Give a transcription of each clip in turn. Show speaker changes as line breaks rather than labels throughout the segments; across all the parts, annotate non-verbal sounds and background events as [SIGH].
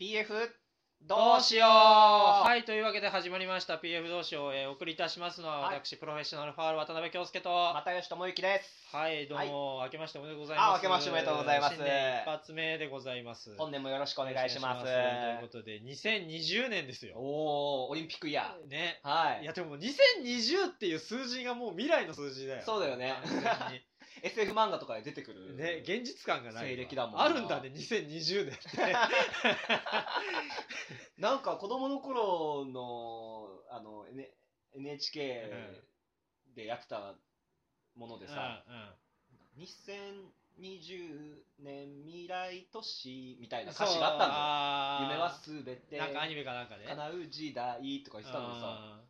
PF
ど
ど
う
う
し
し
よ
よ
う
う
はい、というわけで始まりました。PF どうしよう。えーお送りいたしますのは、
はい
私、プロフェッショナルファール渡辺京介と、
又吉智之です
はい、どうも、明けましておめでとうございます。
あ明けましておめでとうございます
新年一発目でございます。
本年もよろしくお願いします
お願いしますということで、2020年ですよ。
おおオリンピックイヤ
ね。
ーはいい
や、でも2020っていう数字がもう未来の数字だよ。
そうだよね
完全
SF 漫画とかで出てくる
にね、現実感がないわ。
西暦だもんな
あるんだね、2020
[LAUGHS]
年って。
なんか子供の頃のあの、N、NHK でやってたものでさ、
うんうん
2020年未来都市みたいな歌詞があったんだよ
ん
夢はすべて
なんかアニメかなんかね。
叶う時代とか言ってたのにさ
あ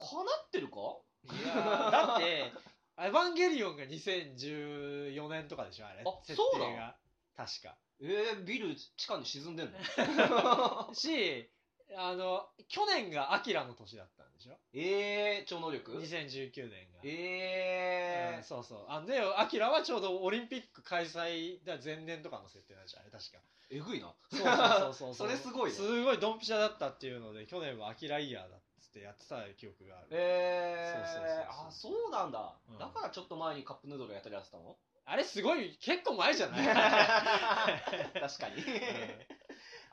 叶ってるか
ーいやーだって「エヴァンゲリオン」が2014年とかでしょあれ
あそうなの
が確か
えー、ビル地下に沈ん
[LAUGHS]
でんの
しあの去年がアキラの年だったんでしょ
えー、超能力
2019年が、う
え
んそうそうあでアキラはちょうどオリンピック開催だ前年とかの設定なんでしょあれ確か
ー、えぐいな。
そうそうそ
[LAUGHS] そ
うそう
れすごいね
すごいドンピシャだったっていうので去年はアキライヤーだっつってやってた記憶がある、
えー、
そうそうそうそう
あ、そうなんだ、
うん
だからちょっと前にカップヌードルやったりやってた
[LAUGHS]
の
あれすごい結構前じゃ
[LAUGHS]
ない、
確かに。
うん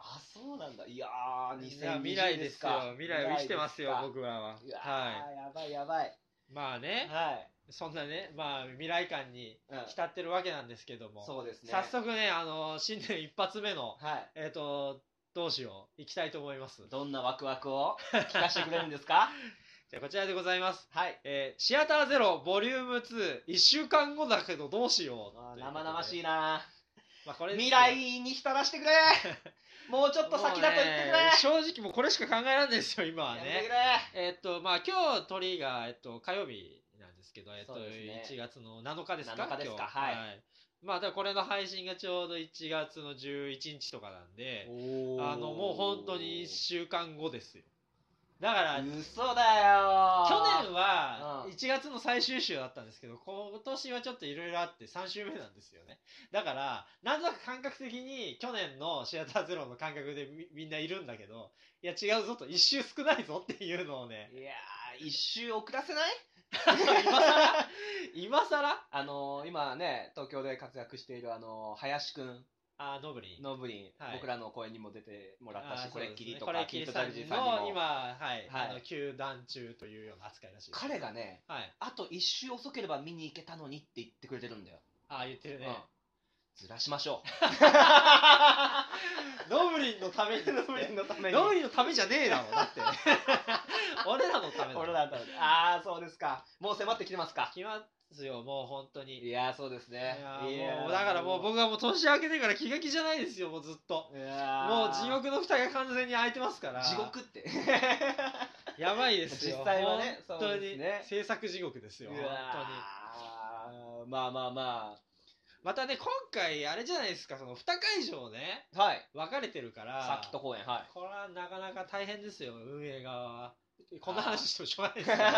あ、そうなんだ。いやー、
い
2020
や未来です
か
よ未来を生きてますよ
未
僕らは
来ですか
はい
やー、やばいやばい。
いまあね
はい。
そんなねまあ未来感に
うん
浸ってるわけなんですけども、
そうですね。
早。速ねあの新年一発目の
はい。
えっ、とどうしよういきたいと思います
どんなワクワクを聞かせてくれるんです
[LAUGHS]
か
じゃあこちらでございます
はい。
えーシアターゼロボリューム21週間後だけどどうしよ
あ
う
ー生々し
い、
いな
まあ、これ
未来に浸ら [LAUGHS] してくれもうちょっと先だと言ってくれ、
もうね正直もうこれしか考えられないですよ今は
や
ね
めてくれ
えっとまあ今日鳥がえっと火曜日なんですけど、えっと
そうです
1
ね
月の7日ですか
7日ですか
今日
はい
まあだからこれの配信がちょうど1月の11日とかなんであ
あ
のもう本当に1週間後ですよだから去
嘘だよ
年は
うん
1月の最終週だったんですけど今年はちょっといろいろあって3週目なんですよねだからなんとなく感覚的に去年のシアターゼロの感覚でみみんないるんだけどいや違うぞと1週少ないぞっていうのをね
いやー一周遅らせない
今さら今さら
あのー今ね東京で活躍しているあのー林くん
あノブリン
のぶりん、
はい
僕らの公演にも出てもらった
あ
し
ー
これっきりと
そう
か、
です
キー
ねこれっきり
ト
さ
ダ
ん
ルジーさんに
の
も
今はい、
はい
あの球団中というような扱いらしいです
彼がね
はい
あと一周遅ければ見に行けたのにって言ってくれてるんだよ、
ああ言ってるね
うんずらしましょ
ノブリンの
[LAUGHS]
ためにっつ
う
って
ぶりんのため
ノブリンのためじゃねえ [LAUGHS] だろだって俺らのためだ
俺らのためにああそうですかもう迫ってきてますか
来ますよもう本当にい
いやーそうですね
や
いやー
もうだからもう僕はもう年明けてから気が気じゃないですよもうずっと
いやー
もう地獄の蓋が完全に開いてますから
地獄って
やばいですよ
実際はね
本当
そうで
に、
すね
制作地獄ですよ本当に
当にまあまあま
またね今回あれじゃないですかその2会場ね
あはい
分かれてるから
さっきと公演は
これはなかなか大変ですよ運営側はこんな話してもしょうがない
い
ですよ、ね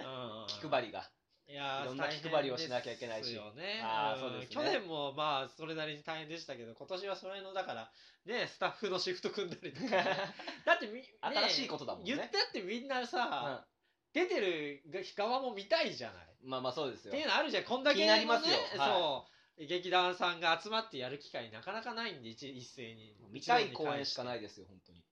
[LAUGHS]
うん、
気配りが
いやー
いろんな気配りをしなきゃいけないし
大変ですよね
あー
うん
そうですね
去年もまあそれなりに大変でしたけど今年はそれのだからねスタッフのシフト組んだりとか
[LAUGHS]
ね、だってみ、ね
[LAUGHS] 新しいことだもん
言ったっ
ね
てみんな
う
さ、出てる側も見たいじゃない
んまあまあそうです
っ
よ
ていうのあるじゃんこんだけ
気になりますよ
ね
はい
そう劇団さんが集まってやる機会なかなかないんで一一斉に
見たい公演しかないいですよ本当に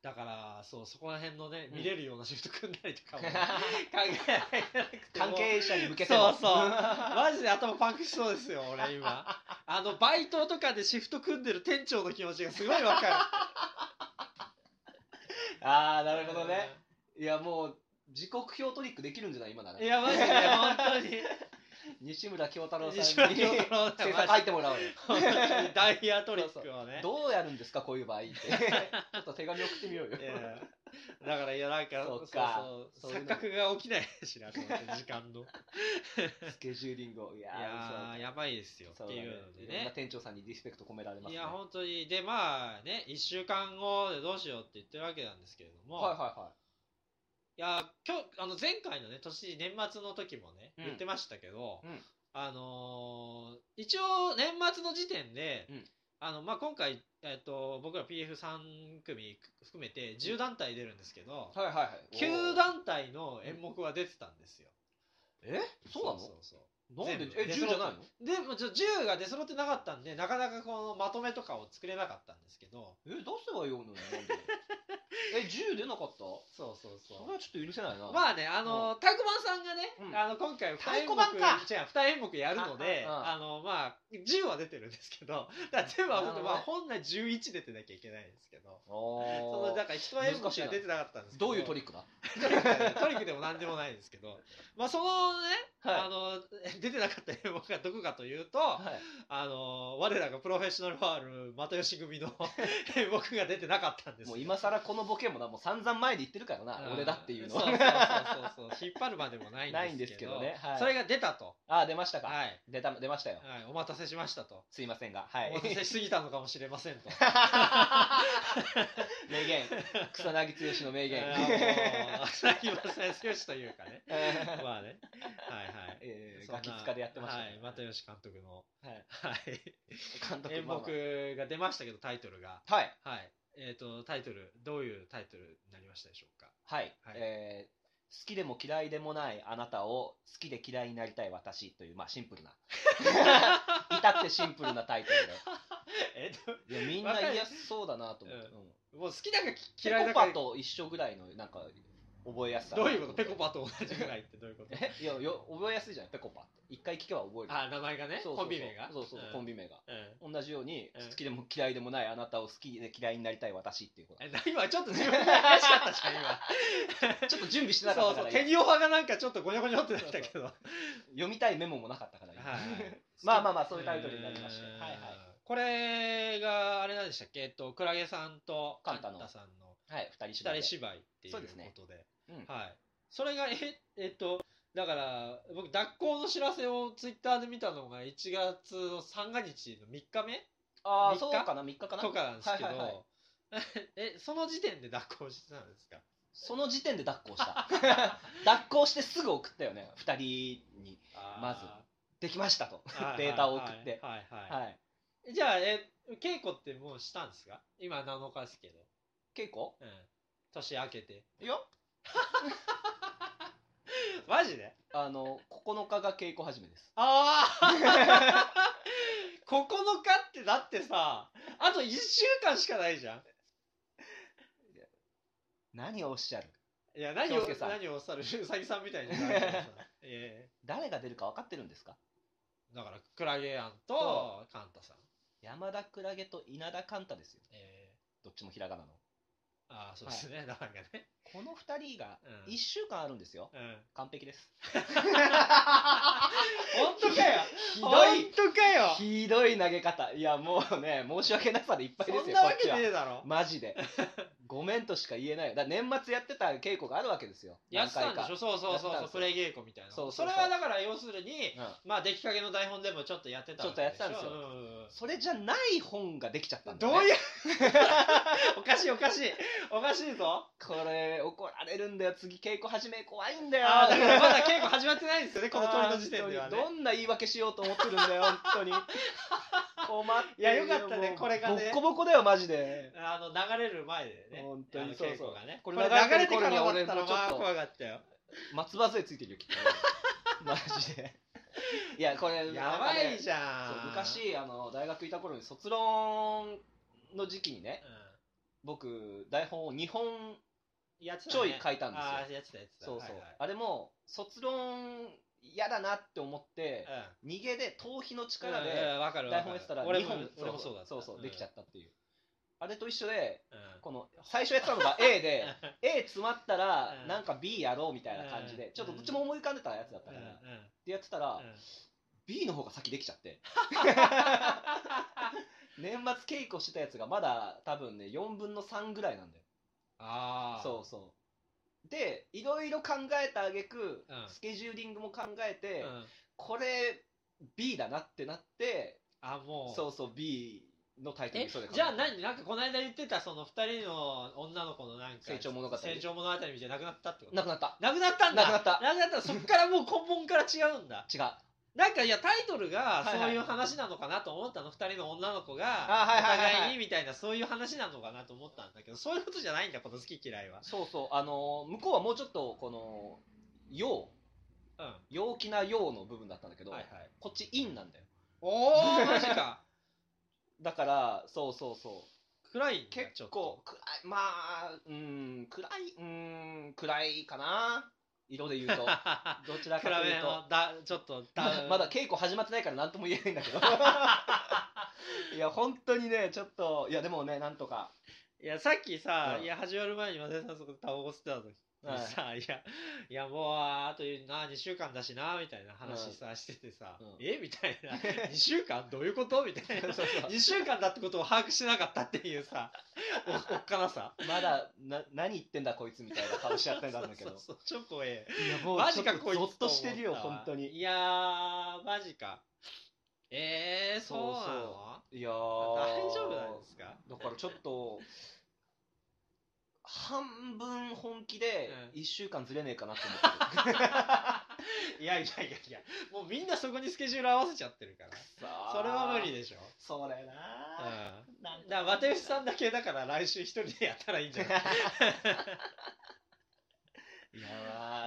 だからそうそこら辺のね
うん
見れるようなシフト組んだりとか
[LAUGHS]
も考えなきゃいけなくても
関係者に向けても
そうそうマジで頭パンクしそうで
[LAUGHS]
すよ俺今あのバイトとかでシフト組んでる店長の気持ちがすごいわかる
あ [LAUGHS] あなるほどねいやもう時刻表トリックできるんじゃない今なら
いやマジで本当に
西村京太郎
西
さ
村
ん
[LAUGHS]
に
京
[LAUGHS] 制
太郎さん
作
マ
入
ジ
っ
で
てもらおうよ
本当にダイヤトリックをね
どうやるんですかこういう場合って
[LAUGHS]
ちょっと手紙送ってみようよ
いやだからいやなんか
そ
そう
うか
そう
そういうの
錯覚が起きないしなと思って時
[LAUGHS]
間のい
スケジューリングをいや
や
ー
ーやばいですよ
そ
っ
う
て
だ
い
ね
う
い
の
ろ
で
んな
ね
店長さんにリスペクト込められます
い
ね
や本当にでまあね1週間後でどうしようって言ってるわけなんですけれども、、
はいはいはい
や今日あの前回のね年年末の時もね
うん
言ってましたけど、
うん
あのー一応年末の時点で、
うん
あの、まあ、今回、えっと、僕ら PF3 組含めて10団体出るんですけど、
はいはいはい。
9団体の演目は出てたんですよ。
えそうなの
そうそう
なんで
全、部
え、10じゃないの
でもちょ銃が出揃ってなかったんでなかなかこのまとめとかを作れなかったんですけど
え、出せばいい
[LAUGHS]
のになんでえ、10出なかった
そうそう
それはちょっと許せないな。
まあねあの太鼓判さんがね、
うん
あの今回
太鼓判か
二演目違う2演目やるので
あ
あのまあ10は出てるんですけどだから全部合わせ
な
て
るほどね
まあ本来11出てなきゃいけないんですけどその
あ
だから1演目
難しい
は
な
出てなかったんです
ー
けど
どういうトリックだ
トリックだねトリックでも何でもないですけどまあそのね、
はい
あの出てなかった演目がどこかというと、
はい。
あの我らがプロフェッショナルファール又吉組の
[LAUGHS]
僕が出てなかったんです
もう今更このボケもな、もう散々前で言ってるからな、
ん
俺だっていうの
そうそう
は。
そうそう引っ張るまでもないんですけど
ないんですけどね。はい
それが出たと、
あー、出ました
は
か。
い
出た、出ましたよ。
はい、お待たせしましたと、
すいませんが。はい
お。待たせしすぎたのかもしれませ
[LAUGHS]
んと
名言。草薙剛の名言。
さきまさやすよしというかねまあね
[LAUGHS]
はいはい
[LAUGHS] えー
そん
ガ
な
キ使でやってましたね
はい、又吉監督の、
はい [LAUGHS]
はい、
監督
演
まあま
目が出ましたけどタイトルが
あはい。
はいえっ、とタイトルどういうタイトルになりましたでしょうか
はい、
はい
えー好きでも嫌いでもないあなたを好きで嫌いになりたい私という、まあ、シンプ
[LAUGHS]
ルな至ってシンプルなタイト
えっ
ルでいやみんな
わかる
言いやすそうだなと思って、
う
うん
と、もう好きだか嫌い
ペ
だ
コパ
か
と一緒ぐらいのなんか覚えやすさ
どういうことペコパと同じぐらいってどういうこと
えいやよ覚えやすいじゃないペコパって一回聞けば覚える
あ名前がね
そうそうそう
コンビ名が
そうそうそう、コン
ビ
ビ名が
うん
同じように、
うん
好きでも嫌いでもないあなたを好きで嫌いになりたい私っていうこと
え今ちょっと自分で怪しかったしか
ちょっと準備して
今
なか
そ
った
うそ
か
う
ら
手にオファがなんかちょっとゴニョゴニョってなったけど
読みたいメモもなかったから今
はい
まあまあまあそういうタイトルになりまして
えー
はいはい
これがあれなんでしたっけえっとクラゲさんと
カンタの
さんの
はい、二人芝居で。
二人芝居っていう
そ
こ
うですね
とで
うん
はいそれがええっとだから僕脱行の知らせをツイッターで見たのが1月の三が日の3日目
あ
三
あ、
日
そうかな、3日かな。
とかなんですけど、
はいはいはい
[LAUGHS] えその時点で脱行してたんですか
その時点で抱っこ
[LAUGHS]
した。抱っこしてすぐ送ったよね、2人に。まずできましたと
はいはいは。
[LAUGHS]
い
データを送って。
はいはい、
はい。
じゃあえ稽古ってもうしたんですか今7日ですけど、
稽古
うん、年明けて
いや、
マジで
あの、9日が稽古始めです。
ああ
[LAUGHS]
[LAUGHS] 9日ってだってさあと1週間しかないじゃ
何をおっしゃる
んいや何を
京介さん
何をおっしゃる [LAUGHS] うさぎさんみたいに言われても
[LAUGHS]
さえ
誰が出るか分かってるんですか
えだからクラゲアンと
そ
カンタさん、
山田クラゲと稲田寛太ですよ。
え
どっちもひらがなの。
えああそうですね、名前がね、
この2人が
うん
1週間あるんですよ。
うん
完璧です。
本当かよ
[LAUGHS] ひど
本
い
当かよ
ひどい投げ方。いや、もうね、申し訳なさでいっぱいですよ、
そんなわ
こっ
け
ち
ね
は
えだろ
マジで。ごめんとしか言えないよ。だから年末やってた稽古があるわけですよ。
やってたんでし
何
ょそうそうそう
やってたん
そう
ですよ
プレイ稽古みたいな
そうそうそう
れはだから要するに
回かうん
まあ出来かけの台本でもちょっとやってたわ
ちょ
け
っとやってたんですよ
しょうんうんうん
それじゃない本ができちゃったんだ、
ど
ね。
ういう [LAUGHS] おかしいおかしいおかしいぞ
これ、怒られるんだよ。次稽古始め、怖いんだよ。
あーだからま
[LAUGHS]
だ稽古始まってないんですよねこの鳥の時点では
あー本当に
ね
どんな言い訳しようと思ってるんだよ、本当
[LAUGHS]
に。困ってる
いやよかったね
もう
これがね
ボッコボコだよ、マジで。
あの流れる前でね
本当に
あの
そうそう
稽古がね
こ
こ
れ
れ流れてか
流れてる頃
らだった
に俺も
ら
ちょっ
まあ
と
怖かったよ
松葉杖ついてるよ、きっと。
[LAUGHS]
マジで。いや、これ、
やばいじゃ
そうん昔あの大学いた頃に卒論の時期にね
う
僕台本を2本
んやってた
ち
ね
ょい書いたんですよ、
あーやってたやってた
そうそう、
はいはい
あれも卒論嫌だなって思って、
うん
逃げで逃避の力
うんう
で
んわかるわか
台本
る
やってたら
俺
2
も
本
俺もそうだった
そうそう、できちゃ
た
ったっていうあれと一緒で
うん
この最初やってたのが A で A 詰まったら
うん
なんか B やろうみたいな感じ
う
で
ん
ちょっとどっちも思い浮かんでたやつだったから、
うんうん
でやってたら、
うん
B の方が先できちゃって
[LAUGHS]
年末稽古してたやつがまだ多分ね4分の3ぐらいなんだよ
ああ
そうそうでいろいろ考えたあげく
うん
スケジューリングも考えて、
ん、
これ B だなってなって
あもう
そうそう B のタイトル
え
にそれ
じゃあ何なんかこの間言ってたその二人の女の子のなんか
成長物語
成長物語みたいななくなったってこと
なくなった
なくなったんだ
なくなった
なくなったそっからもう根本から違うんだ
違う
なんかいやタイトル
は
が
いはい
そういう話なのかなと思ったの、二人の女の子が
あは
お
いはいはいはい
互いにみたいなそういう話なのかなと思ったんだけどそういうことじゃないんだこの好き嫌いは
[LAUGHS] そうそうあの向こうはもうちょっとこの陽
うんは
陽気な陽の部分だったんだけ
い
ど、
はい
こっち陰なんだよ
おー [LAUGHS] マジか
だからそうそうそう
暗いんだちょ
結
っと
構暗いまあうん暗いうーん暗いかな色で言う [LAUGHS] とどちらかと
暗
い
め
うと
のだちょっと
ま
ダウ
だ
ン
まだ稽古始まってないから何とも言えないんだけど [LAUGHS] いや本当にねちょっといやでもねなんとか
いやさっきさ、
うん
いや始まる前に和田さんそこでタバコ吸ってた時に
はい
さ、い、やいやもうあとな2週間だしなみたいな話さ、しててさ、
うん
えみたいな2週間どういうことみたいな
そうそう
2週間だってことを把握しなかったっていうさおおっかなさ
まだな何言ってんだこいつみたいな顔しちゃってたんだけど
そうそうそう超怖え
[LAUGHS] いやも
マジか
こ
こ
い
い
つゾ
つ
ッとしてるよ
思ったわ
本当に
いやーマジかえー、そうなの
いや
大
大
丈夫なんですか [LAUGHS]
だからちょっと半分本気で
う
1週間ずれねえかなと思ってる
いやいやいやいやもうみんなそこにスケジュール合わせちゃってるからそれは無理
で
でしょ
それな
うん
あなん
だから又吉さんだけだから来週一人でやったらいいんじゃ [LAUGHS] ない
[LAUGHS] いや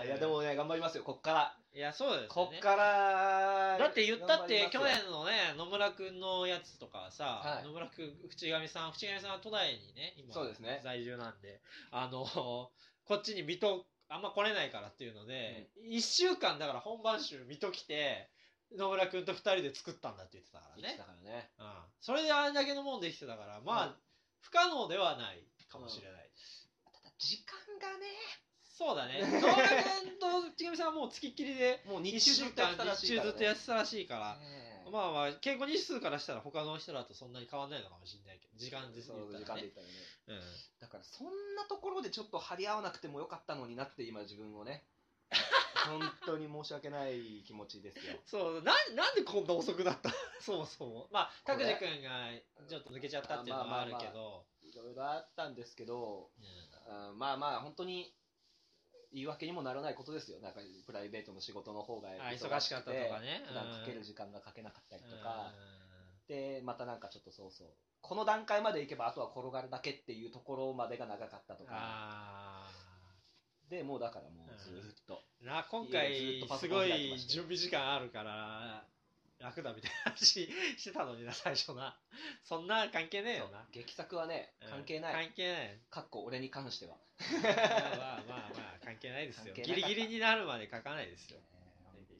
ーいやでもね頑張りますよこっから
いやそうですよね
こっから
だって言ったって去
頑張り
年のね野村君のやつとかはさ、
はい
野村君淵上さん淵上さんは都内にね今
そうですね
在住なんであのこっちに水戸あんま来れないからっていうので、一1週間だから本番集水戸来て野村君と2人で作ったんだって言ってたから
ますよ言って
ね
た、からね
うん、それであれだけのもんできてたからまあ、
うん
不可能ではないかもしれない、
ただ時間がね
そ
[LAUGHS]
うだね野村君と淵上さんはもう付きっきりで
もう
1
日中ず
週
っとやって
間
たら
日
しいか
中
ら、ね、
ずっとやってたらしいから、
ねえ
まあまあ、稽古日数からしたら他の人らとそんなに変わんないのかもしれないけど、時間です
そう時間で言ったらね
うん。
だからそんなところでちょっと張り合わなくてもよかったのになって今自分を
[LAUGHS]
ね本当に申し訳ない気持ちですよ
そう、なん、なんでこんな遅くなったそもそも。まあ、
こ
拓
れ
司君がちょっと抜けちゃったっていうの
まあ
はあ
まあ
る
まあ
けど、
いろいろあったんですけど
うん
うんまあまあ本当に言い訳にもならないことですよなんかプライベートの仕事の方が
あ
忙しくて
忙しかったとかね。
普段かける
時
時間がかけなかったりとか、でまたなんかちょっとそうそうこの段階までいけばあとは転がるだけっていうところまでが長かったとか
あ
でもうだからもうずーっと、
ーな、今
家でず
回
っとパ、ソ
す
コン
ご
開いて
い
ましたよ
準備時間あるから、楽だみたいな話してたのにな、最初な。そんな関係ねえよな。
劇作はね
うん
関係ない、
関係ない。
かっこ俺に関しては、
まあまあまあ関係ないですよ
関係な
ギ
かっ
リ
た
ギリになるまで書かないですよ
えー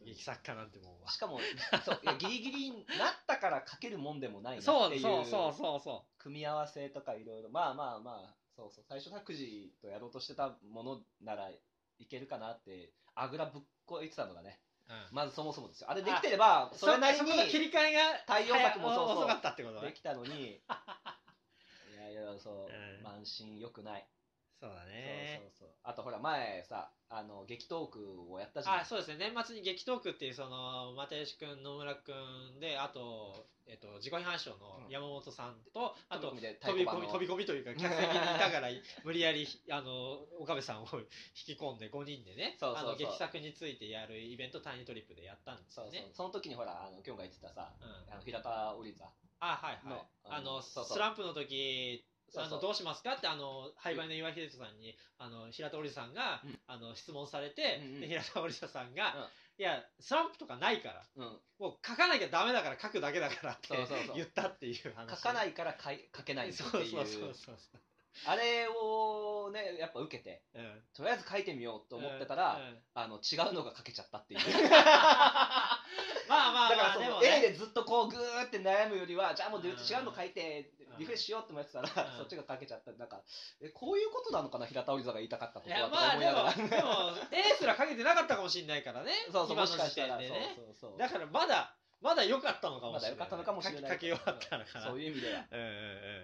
劇作家なんてもんは
しかもそういやギリギリになったから書けるもんでもないなっ
そ
て
う
いう
そうそうそうそ
組み合わせとかいろいろまあまあまあそうそう最初拓司とやろうとしてたものならいけるかなってあぐらぶっこいてたのがね
う、うん、
まずそもそもですよあれできてればそれなり
そ
に
この切り替えが
対応策もそうそう
早遅かったってこと
で
ね
き
[LAUGHS]
たのにいやいやそううん慢心よくない
そうだ
そう
ね
そうそうあとほら前さあの激トークをやったじゃない
あそうですね年末に劇トークっていうその又吉君野村君であと、えっと、自己批判賞の山本さんと、あと
飛び込みで太
飛び
鼓判
込
の
み飛び込みというか客席にい
[LAUGHS]
たから無理やりあの岡部さんを引き込んで5人でね
そうそうそう
あの劇作についてやるイベントタイニートリップでやったんです
そう
よ
そう、
ね
その時にほらあの今日が言ってたさ
うん
あの平田オリザ
あはいはい
の
あの
そうそう
スランプの時
そうそう
あのどうしますかってあの廃盤の岩井秀人さんにあの平田織さんが、
うん
あの質問されて、
うんうん
で平田織さんが、
うん
いやスランプとかないから
うん
もう書かなきゃダメだから書くだけだからって
そうそうそう
言ったっていう話
書かないいからかい書けないってい
そううそうそうそうそう、
あれをねやっぱ受けて
うん、
とりあえず書いてみようと思ってた
うん
ら、
うん
あの違うのが書けちゃったっていう
まあ [LAUGHS] まあ
だか
ま
ら
あ
そ
でも
の
ね
A でずっとこうグーって悩むよりはじゃあもう違うの書いて
うん
リフレッシュしようって思ってたら、
うん
そっちが書けちゃったなんかえこういうことなのかな平田織座が言いたかったこと
い
は
や
とか
まあ
思い
で
ながら
もでも A すら書けてなかったかもしれないからね
[LAUGHS] そうそう
今
も
の
しか
時
した
点
ら、
でね
そうそうそう
だからまだまだ良かったのかも
ま
しれ
だ良か
ない
ったのかもしれない
書き書き終わったのかな
そういう意味では
うんうんう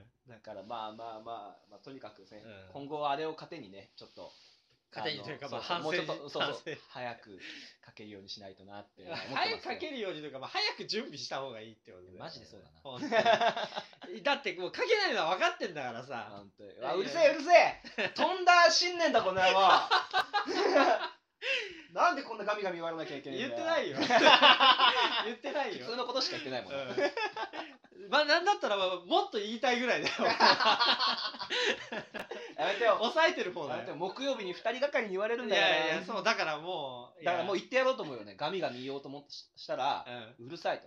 ん
だからまあまあまあ、まあ、とにかくですね、
うん
今後はあれを糧にねちょっと
糧にというか
あの
まあ
そ
反省
もうちょっとそう
反
そう
省
早く書けるようにしないとなって思ってます
早く
よ
書けるようにというか、まあ、早く準備した方がいいってことだよね
マジでそうだな
本当にだってもう書けないのは分かってんだからさ
本当に
や
あうるせえうるせえ飛んだ新年だこの野郎 [LAUGHS] なんでこんなガミガミ言われなきゃいけない
言
ん
っ
だ
て
よ
ないよ [LAUGHS] 言ってないよ
普通のことしか言ってないもん、ね、
まあなんだったらまあもっと言いたいぐらい
[LAUGHS]
だよ
やめてよ
抑えてる方
や
だ
めてよ
よ
木曜日に2人がかりに言われるん
い
だよな
やいやそうだからもう
だからもう
い
言ってやろうと思うよねガミガミ言おうと思っしたら
やうん
うるさいと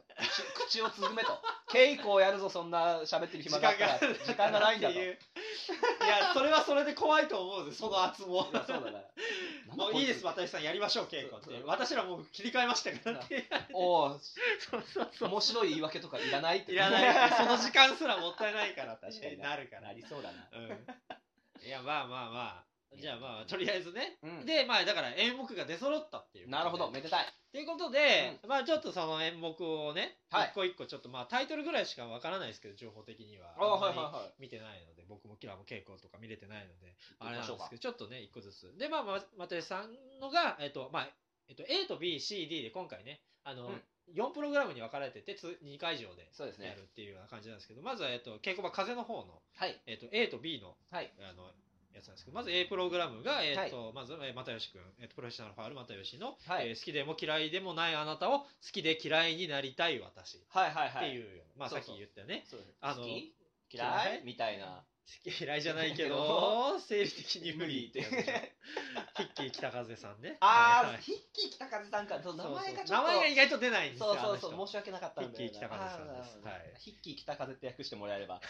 口口 [LAUGHS] をつぐめと稽古をやるぞそんな喋ってる暇があったら時間がないんだ
っ
と
ていう
い
いやそれはそれで怖いと思うぜその圧も
やそうだねなんだ
も
こ
う
つ
いいです私さんやりましょう稽古っ
そう
て
そう
私らもう切り替えましたからって
おお
そうそう
面白い言い訳とかいらないって
いらないその時間すらもったいないからって
確かに
なるから
なりそうだな
うんいやまあまあまあじゃあまあとりあえずね、
うん
でまあだから演目が出揃ったっていうことで
なるほどめでたい
っていうことで、まあちょっとその演目をね、
はい
一個一個ちょっとまあタイトルぐらいしかわからないですけど情報的には
ああ
あん
はい
まり
はいはい
見てないので僕もキラも稽古とか見れてないので
行き
あれ
ま
なん
しょう
で
か
すけどちょっとね一個ずつでまあま又吉さんのがえっとまあえっと A と BCD で今回ねあの、
うん
4プログラムに分かれててつ2会場で
そうです
や
ね
るっていうような感じなんですけど、まずは、えっと、稽古場風の方の、
はい
えっと、A と B の
はい
あのやつなんですけどまず A プログラムが、えっとまずえー又吉君、えっと、プロフェッショナルファウル又吉の、
はい
えー好きでも嫌いでもないあなたを好きで嫌いになりたい私っ
はいはい
て
はい
いうような、まあ、
そ
さ
う
っ
そう
き言ったね
そうです
あの
好き
嫌
嫌
い
いみたいな
好き嫌いじゃない
け
けど [LAUGHS]
ど
生理的に無 [LAUGHS] 理ってやつでしょ
無理
ヒッキー北風さんね
あ
は
あ、
いはい
ヒッキー北風さんか、そう名前が
そう
ち
そう
ょ
名前が
っ
意外と出ないんです
と。
よ
そうそう
あ
そ
の
う、申し訳なかったんだよな。
ヒッキー北風さんです
あー
はい
ヒッキー北風って訳してもらえれば。 [LAUGHS]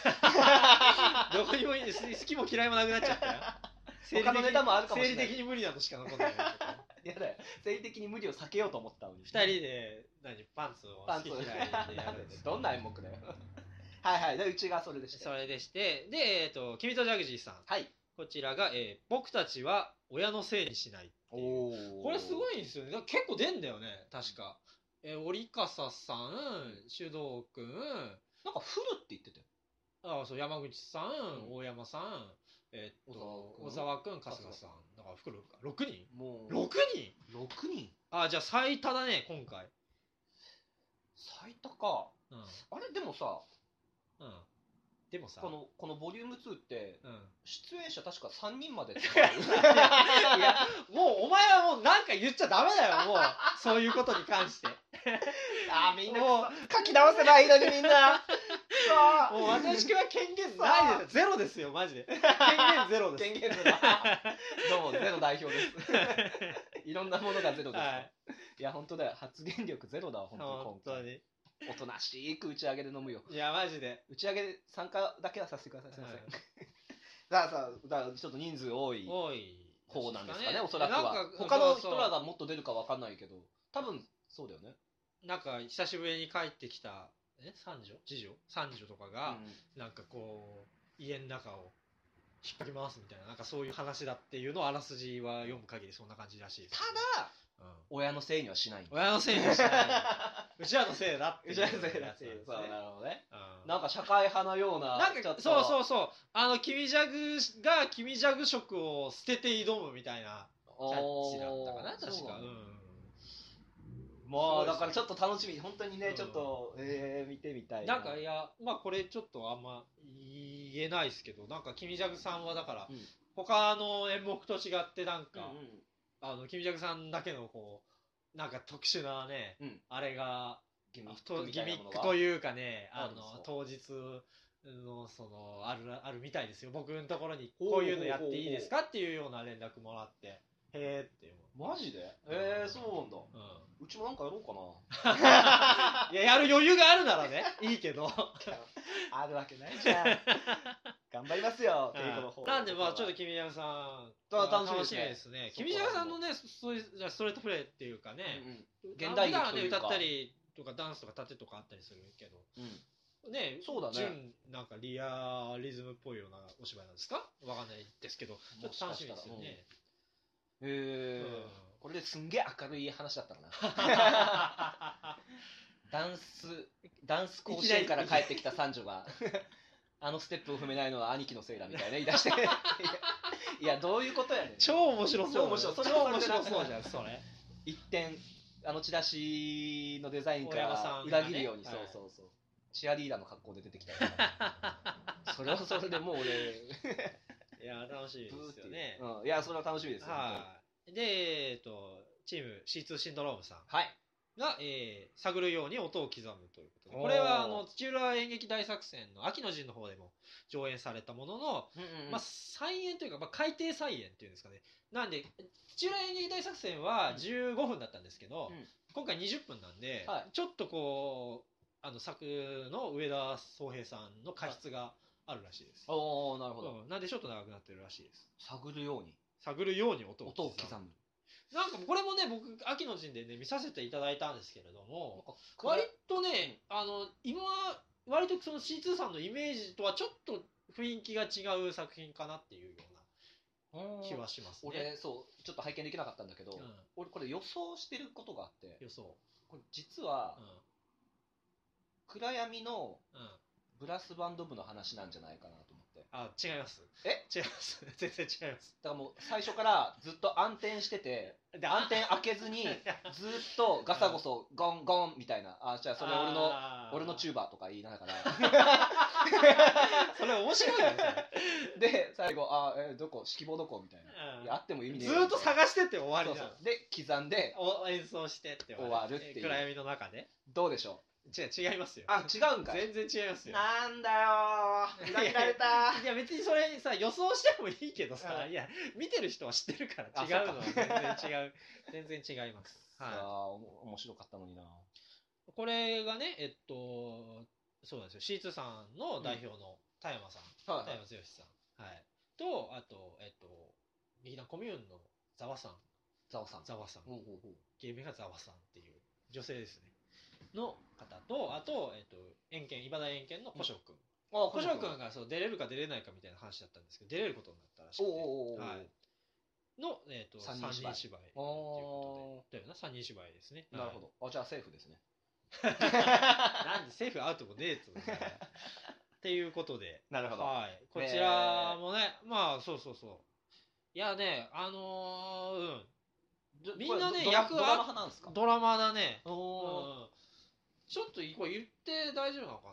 人どこにもいいです好きも嫌いもなくなっちゃったよ
[LAUGHS] 他のネタもあるかもしれない
生理的に無理なのしか残ってない
[LAUGHS] やだよ。生理的に無理を避けようと思ったのに。
二人で何パンツを
パ
好
ン
き
ツ
嫌いでやるんですよ
どんな演目だよ。はいはい。で、うちがそれでした
そ
よ。
れでしてでえっ、と君とジャグジーさん
はい。
こちらが、えー僕たちは親のせいにしない」っていう
お
これすご
い。
いんですよねだから結構出んだよね確か、えー、織笠さん手動くん
なんか、フルって言ってたよ。
あそう山口さん、
うん
大山さんえーっと小
小
沢くん
君
春日さんだから袋か6人
もう、
6人
6人
あじゃあ最多だね今回
最多か。
うん
あれ、でもさ、
うんでもさ
この、このボリューム2って、
うん
出演者確か3人
[LAUGHS]
までって。
いや、もうお前はもうなんか言っちゃダメだよ、もう。 [LAUGHS] そういうことに関して。
あー、みんな
もう、
書き直せないのにみんな。そう。
もう私は権限ない
[LAUGHS]
ですよ。ゼロですよ、マジで。権限ゼロ [LAUGHS] です。
権限ゼロだどうもゼロ代表です
[LAUGHS]
いろんなものがゼロです、
はい
い、や本当だよ発言力ゼロだわ本当に
本
今
当
回
に。
おとなしく打ち上げで飲むよ
いや、マジで。
打ち上げで参加だけはさせてくださいすいません、
はい
[LAUGHS] だからさだからちょっと人数多い
多い。
方なんですかねおそらくは
なんか
他の人
そう
ら
そう
がもっと出るかわかんないけど多分そうだよね、
なんか、久しぶりに帰ってきた、え三女次女三女とかが、なんかこう、家の中を引っ張り回すみたいな、なんかそういう話だっていうのをあらすじは読む限りそんな感じらしいです
た
けど。
だ
うん
親のせいにはしないんだ
親のせい
[LAUGHS]
にはしない。うちらのせいだって
う
い
ち
うや
ら
つ
の
なんですね。
せいだっていうそうなるほどね
うん
なんか社会派のような
なん
ちょっ
か
と
そうそうそうあのキビジャグがキビジャグ色を捨てて挑むみたいなキャッチだったかな
おー
確
そう
か
だ
う
ね
ん
まあ
そうですね
だからちょっと楽しみ本当にね、
うん
ちょっとえー、見てみたい
なんかいやまあこれちょっとあんま言えないですけどなんかキミジャグさんはだから、
うん
他の演目と違ってなん
うん
か、あのキミジャグさんだけのこうなんか特殊なね、
うん
あれが
ギ
ギ
ミッ
ミック
クみたいなものが
というかねあ
あ
の
るんですよ
当日のそのあるあるみたいですよ僕のところにこういうのやっていいですかっていうような連絡もらってへえって
マジでえー、そうなんだ
思う、
うちもなんかやろ [LAUGHS] う
うん、いややる余裕があるなら [LAUGHS] ねいいけど
かなあるわけないじゃ [LAUGHS] ん頑張りますよ稽古の方
なんでまあちょっと
と
君ジャムさん
あ楽しみ
楽
で
し
す
み
ね
ですね
そこは
君ジャムさんのねそういうじゃあストレートプレイっていうかね、
現代劇というか
あの普段はね歌ったりとかダンスとか盾とかあったりするけどね
そうだね
純なんかリアリズムっぽいようなお芝居なんですかわかんないですけど、ちょっと楽しみですよね。
えー
うん
これですんげえ明るい話だったかな
[LAUGHS]
ダンスダンス甲子園から帰ってきた三女があのステップを踏めないのは兄貴のせいだみたいな言い出
[LAUGHS]
していやいやどういうことやねん
超面白そうだね。
超面白いそれ
超
は
面
それ
白
で
そうじゃん、それ。
一点あのチラシのデザインか
大山さ
ら
んがね
裏切るように、
はい
そうそうそうチアリーダーの格好で出てきたりとかそれはそれでもう俺
いや、楽しみですよね
ブ。ーっていううん、いやそれは楽しみですよ、
はい。で、えっと、チーム C2 シンドロームさん
はい。
が、えー探るように音を刻むということで
おー
これはあの土浦演劇大作戦の秋の陣の方でも上演されたものの、ま
ま
あ、再演というか、まあ、改定再演っていうんですかねなんで土浦演劇大作戦は
うん
15分だったんですけど、
うん
今回20分なんで、
は
ちょっとこうあの作の上田宗平さんの過失があるらしいです、
あ、おー、なるほど。
うんなんでちょっと長くなってるらしいです
探るように、
探るように音を刻
音
む
を刻む。
なんかこれもね僕秋の陣でね見させていただいたんですけれども
なんか
割とね、あの、今、割とその C2 さんのイメージとはちょっと雰囲気が違う作品かなっていうような気はしますね。
俺、そう、ちょっと拝見できなかったんだけど、
うん、
俺、これ予想してることがあって、
予想。
これ実は
う、
暗闇の
ん。うん。
ブラスバンド部の話なんじゃないかなと思って。だ
あ、違います。
え
違います。 [LAUGHS] 全然違います。
からもう、最初からずっと暗転してて、
で、
暗転開けず
[LAUGHS]
に、ずっとガサゴソ、ゴンゴンみたいな、あ、じゃあそれ俺の、
の
俺のチュ
中
ーバーとか言いながら、
[LAUGHS] それ面白いよね。
で、最後、あ、え、どこ、指揮棒どこみたいな。いやあっても意
うん
味ねえ
ず
よ
ーっと探してって終わり
そう
じ
そ
ゃん
う。で、刻んで、
お演奏してって
終わるっていう
暗闇の中で。
どうでしょ
違う、違いますよ
う。あ、違うんかい。
全然違いますよ。
なんだよー裏切られたー
いや別にそれさ予想してもいいけどさ、
うん
いや見てる人は知ってるから
あ
違うのは
そ
全
うか
然違う全然違います、
あ
は
あ、おも面白かったのにな。
い、これがねえっとそうなんですよ C2 さんの代表の田山さん、
は
田山剛さん、はい、とあとえっと劇団コミューンのざわさん
ザオさん。
ざわさん
ほうほうほう
芸名がざわさんっていう女性ですねの方とあとえっと遠見茨田遠見の古生君
あ
古生君がそう出れるか出れないかみたいな話だったんですけど出れることになったらし
お
くて
うおうおうおう
はいの、えー、と
三
三
人
人
芝
芝
居
居ということでだよな三人芝居ですね
なるほ
ど
ど、あじゃあセーフですね
なんでセーフアウトもデー
[LAUGHS]
トっていうことで、
なる
はい、こちらもねまあそうそうそういやねあのーみんなね役
ド
は
ラマ派なんですか
うんドラマだね
お
う
お
んちょっとこれ言って大丈夫なのかな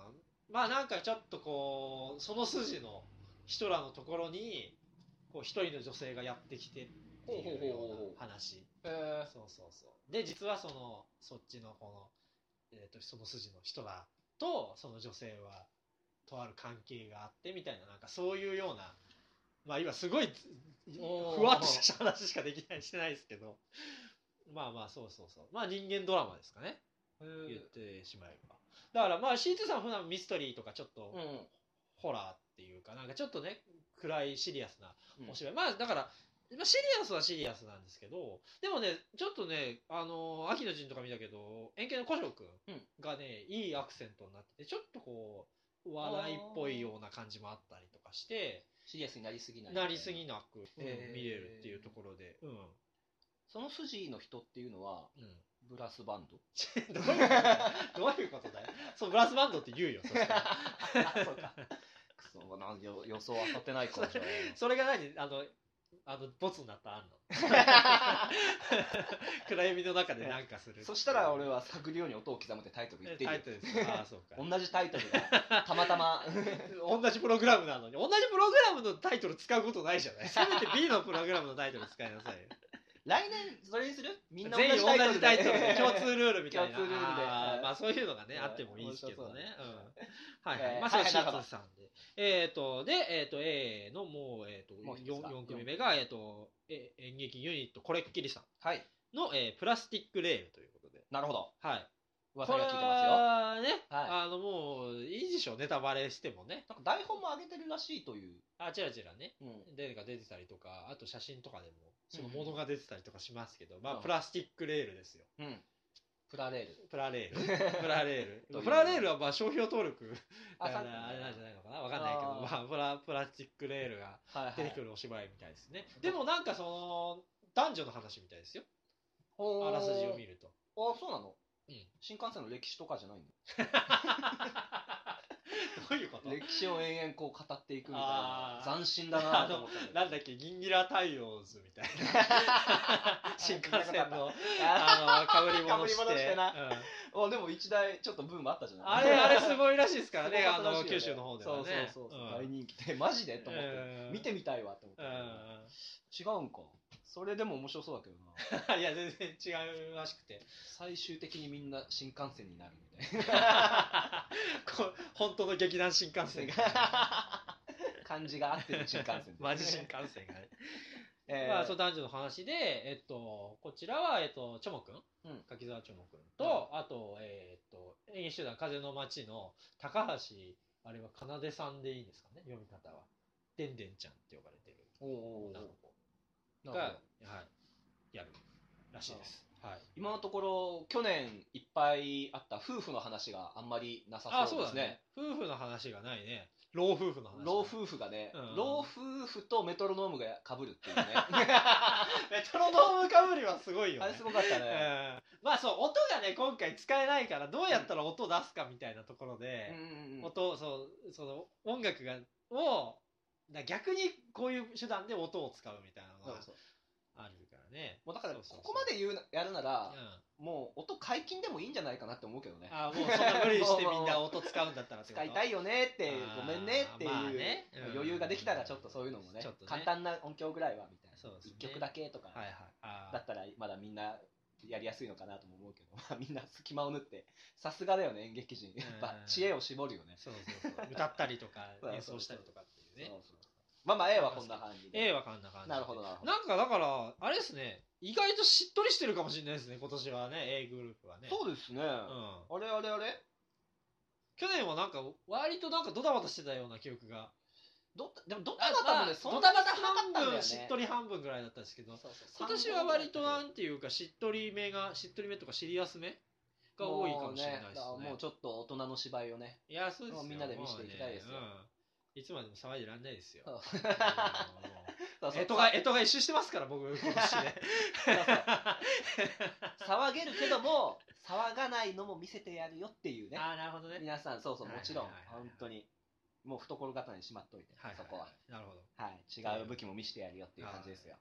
まあなんかちょっとこうその筋の人らのところにこう一人の女性がやってきてっていうよ
ほうほうほうほ
う
う
な話
え
そうそうそうで実はそのそっちのこの、えー、とその筋の人らとその女性はとある関係があってみたいななんかそういうようなまあ今すごいつ
おー
ふわっとした話しかできないしてないですけどまあまあそうそうそうまあ人間ドラマですかね
ー
言ってしまえばだからまあ C2 さんは普段ミステリーとかちょっと
うん
ホラーっていうかなんかちょっとね暗いシリアスな
うん
お芝居まあだからまあシリアスはシリアスなんですけどでもねちょっとねあのー秋の陣とか見たけど円形の古城君
うん
がね、いいアクセントになっててちょっとこう笑いっぽいような感じもあったりとかして
シリアスになりすぎない
なりすぎなく、うん
えー
見れるっていうところで、うん
その筋の人っていうのは
う
ブ
ん
ラスバンド
[LAUGHS] どういうことだよどういうことだよそうブラスバンドって言う
[LAUGHS]
よそしたら
あそうかくそなんよ予想当たってないかじゃ
それが何あのあのボツになったあんの暗闇の中でなんかするってい
あ
う
そしたら俺は探る [LAUGHS] ように音を刻むってタイトル言っていい
タ
よ
イトルです
[LAUGHS]
ああそうか
同じタイトルがたまた [LAUGHS] ま
同じプログラムなのに同じプログラムのタイトル使うことないじゃ
[LAUGHS]
ないせめて B のプログラムのタイトル使いなさいよ
来年それにする [LAUGHS] みんな同
全員
じ
同
タイトルで
じタイトルで共通ルールみたい
[LAUGHS]
な
共通ルールで
あーまあそういうのがね
うん
あってもいいですけどね
面白そうだね
うんはいは
えー
いまあそれ
は
はいシー
中田
ツさんでえっとでえっと A のもうえっと
もう一つか
4, 組目がえっとえ演劇ユニットこれっきりさ
はい
んのえープラスティックレールということで
なるほど
はい
噂が聞いてますよ
はね
は
あのもういいでしょネタバレしてもね
なんか台本も上げてるらしいという、
あちらちらね
うん、
例が出てたりとかあと写真とかでもその
うん
物が出てたりとかしますけど、まあ
うん
プラスティックレールですよ
プラレール
プラレールプラレー
[LAUGHS] どういう
ルプラレールはまあ商標登録だか
さ
らあれなんじゃないのかなわかんないけど
あー
まあプラプラスティックレールが
はいはい
出てくるお芝居みたいですね、
い
でもなんかその男女の話みたいですよ
ほー
あらすじを見ると [LAUGHS]
あそうなの、
うん
新幹線の歴史とかじゃないの
どういうこと
歴史を延々こう語っていくみたいな
あー
斬新だなと思った
なんだっけギンギラ太陽図みたい
[LAUGHS]
な新幹線のあの被り物し
被
て
り物してな
うん
あでも一大ちょっとブームあったじゃない [LAUGHS]
あれ、あれすごいらしいですから
すご
ね、
か
あ
ったらしいよ
の、
ね
九州の方ではね。
そうそうそう、
うん
大人気でマジでと思って、
うん
見てみたいわと思って、
うん
違うんかそれでも面白そうだけどな。
いや、全然違うらしくて。
最終的にみんな新幹線になるみたいな
こ本当の劇団新幹線が。
感じがあってる新幹線
マジ新幹線がね。
[LAUGHS] えー
まあ、その男女の話で、えっと、こちらは、えっと、チョモくん、
うん
柿沢チョモくんと、あと、えっと、演劇集団風の街の高橋、あれは奏さんでいいんですかね、読み方は。でんでんちゃんって呼ばれてる
おうおう
女
お
の
う
子
な
が、
るほ
は
ど
い、やるらしいです。はい。
今のところ去年いっぱいあった夫婦の話があんまりなさそうですね。
夫婦の話がないね。老夫婦の話、
老
[LAUGHS]
夫婦がね、
うん
老夫婦とメトロノームが被るっていうね
メトロノームかぶりはすごいよ
あ
ね
れす。ごかったね、
うんまあそう、音がね、今回使えないから、どうやったら音出すかみたいなところ
うん
で、
うんうん、
音、そう、その音楽が、を、だ逆にこういう手段で音を使うみたいな
そ
の
う
が
そう
あるからね。
もうだから
そ
こ
うそうそう
こまで言うなやるなら
うん
もう音解禁でもいいんじゃないかなって思うけどね
あーもうそんな無理してみんな音使うんだったらってこ
使
と
いたいよねって
あー
ごめんねっていう、
まあねうん
余裕ができたらちょっとそういうのもね
ちょっとね
簡単な音響ぐらいはみたいな
そうですね
1曲だけとか、
はいはい。あー
だったらまだみんなやりやすいのかなとも思うけど、 [LAUGHS] まあ、みんな隙間を縫ってさすがだよね演劇人やっぱ知恵を絞るよね
そうそうそう。歌ったりとか
[LAUGHS] そうそうそう
演奏したりとかっていうね。
そうそうまあまあ A はこんな感じで、
A はこんな感じで。
なるほどなるほど
なんかだから、あれですね、意外としっとりしてるかもしれないですね、今年はね、A グループはね。う。
そうですね、あ
ん。
れあれあれ
去年はなんか、割となんかドタバタしてたような記憶が。
どでもど
あ
た
ま
だ
あ
もねそ
ド
ん
タ
な
バ
に
タ
少なかったん
半
だよね
分、しっとり半分ぐらいだったんですけど、
そうそう
今年は割となんていうか、しっとりめが、しっとりめとかシリアスめが多いかもしれないです
もう
ね。
もうちょっと大人の芝居を
[LAUGHS]
ね
いや、そうですよ
もうみんなで見せていきたいですよ
もうねうんいつまでも騒いでらんないですよ。
そう
うんもう
そうそう
干支が、干支が一周してますか
[LAUGHS]
ら、僕、今年 [LAUGHS]
そ
ね。
うそう騒げるけども騒がないのも見せてやるよっていうね
ああ、なるほどね。
皆さんそうそう
は
も
い
ちろん
はいはいはい
本当にもう懐刀にしまっといて、
はいいい
そこは、
なるほど。
はい、違う武器も見せてやるよっていう感じですよ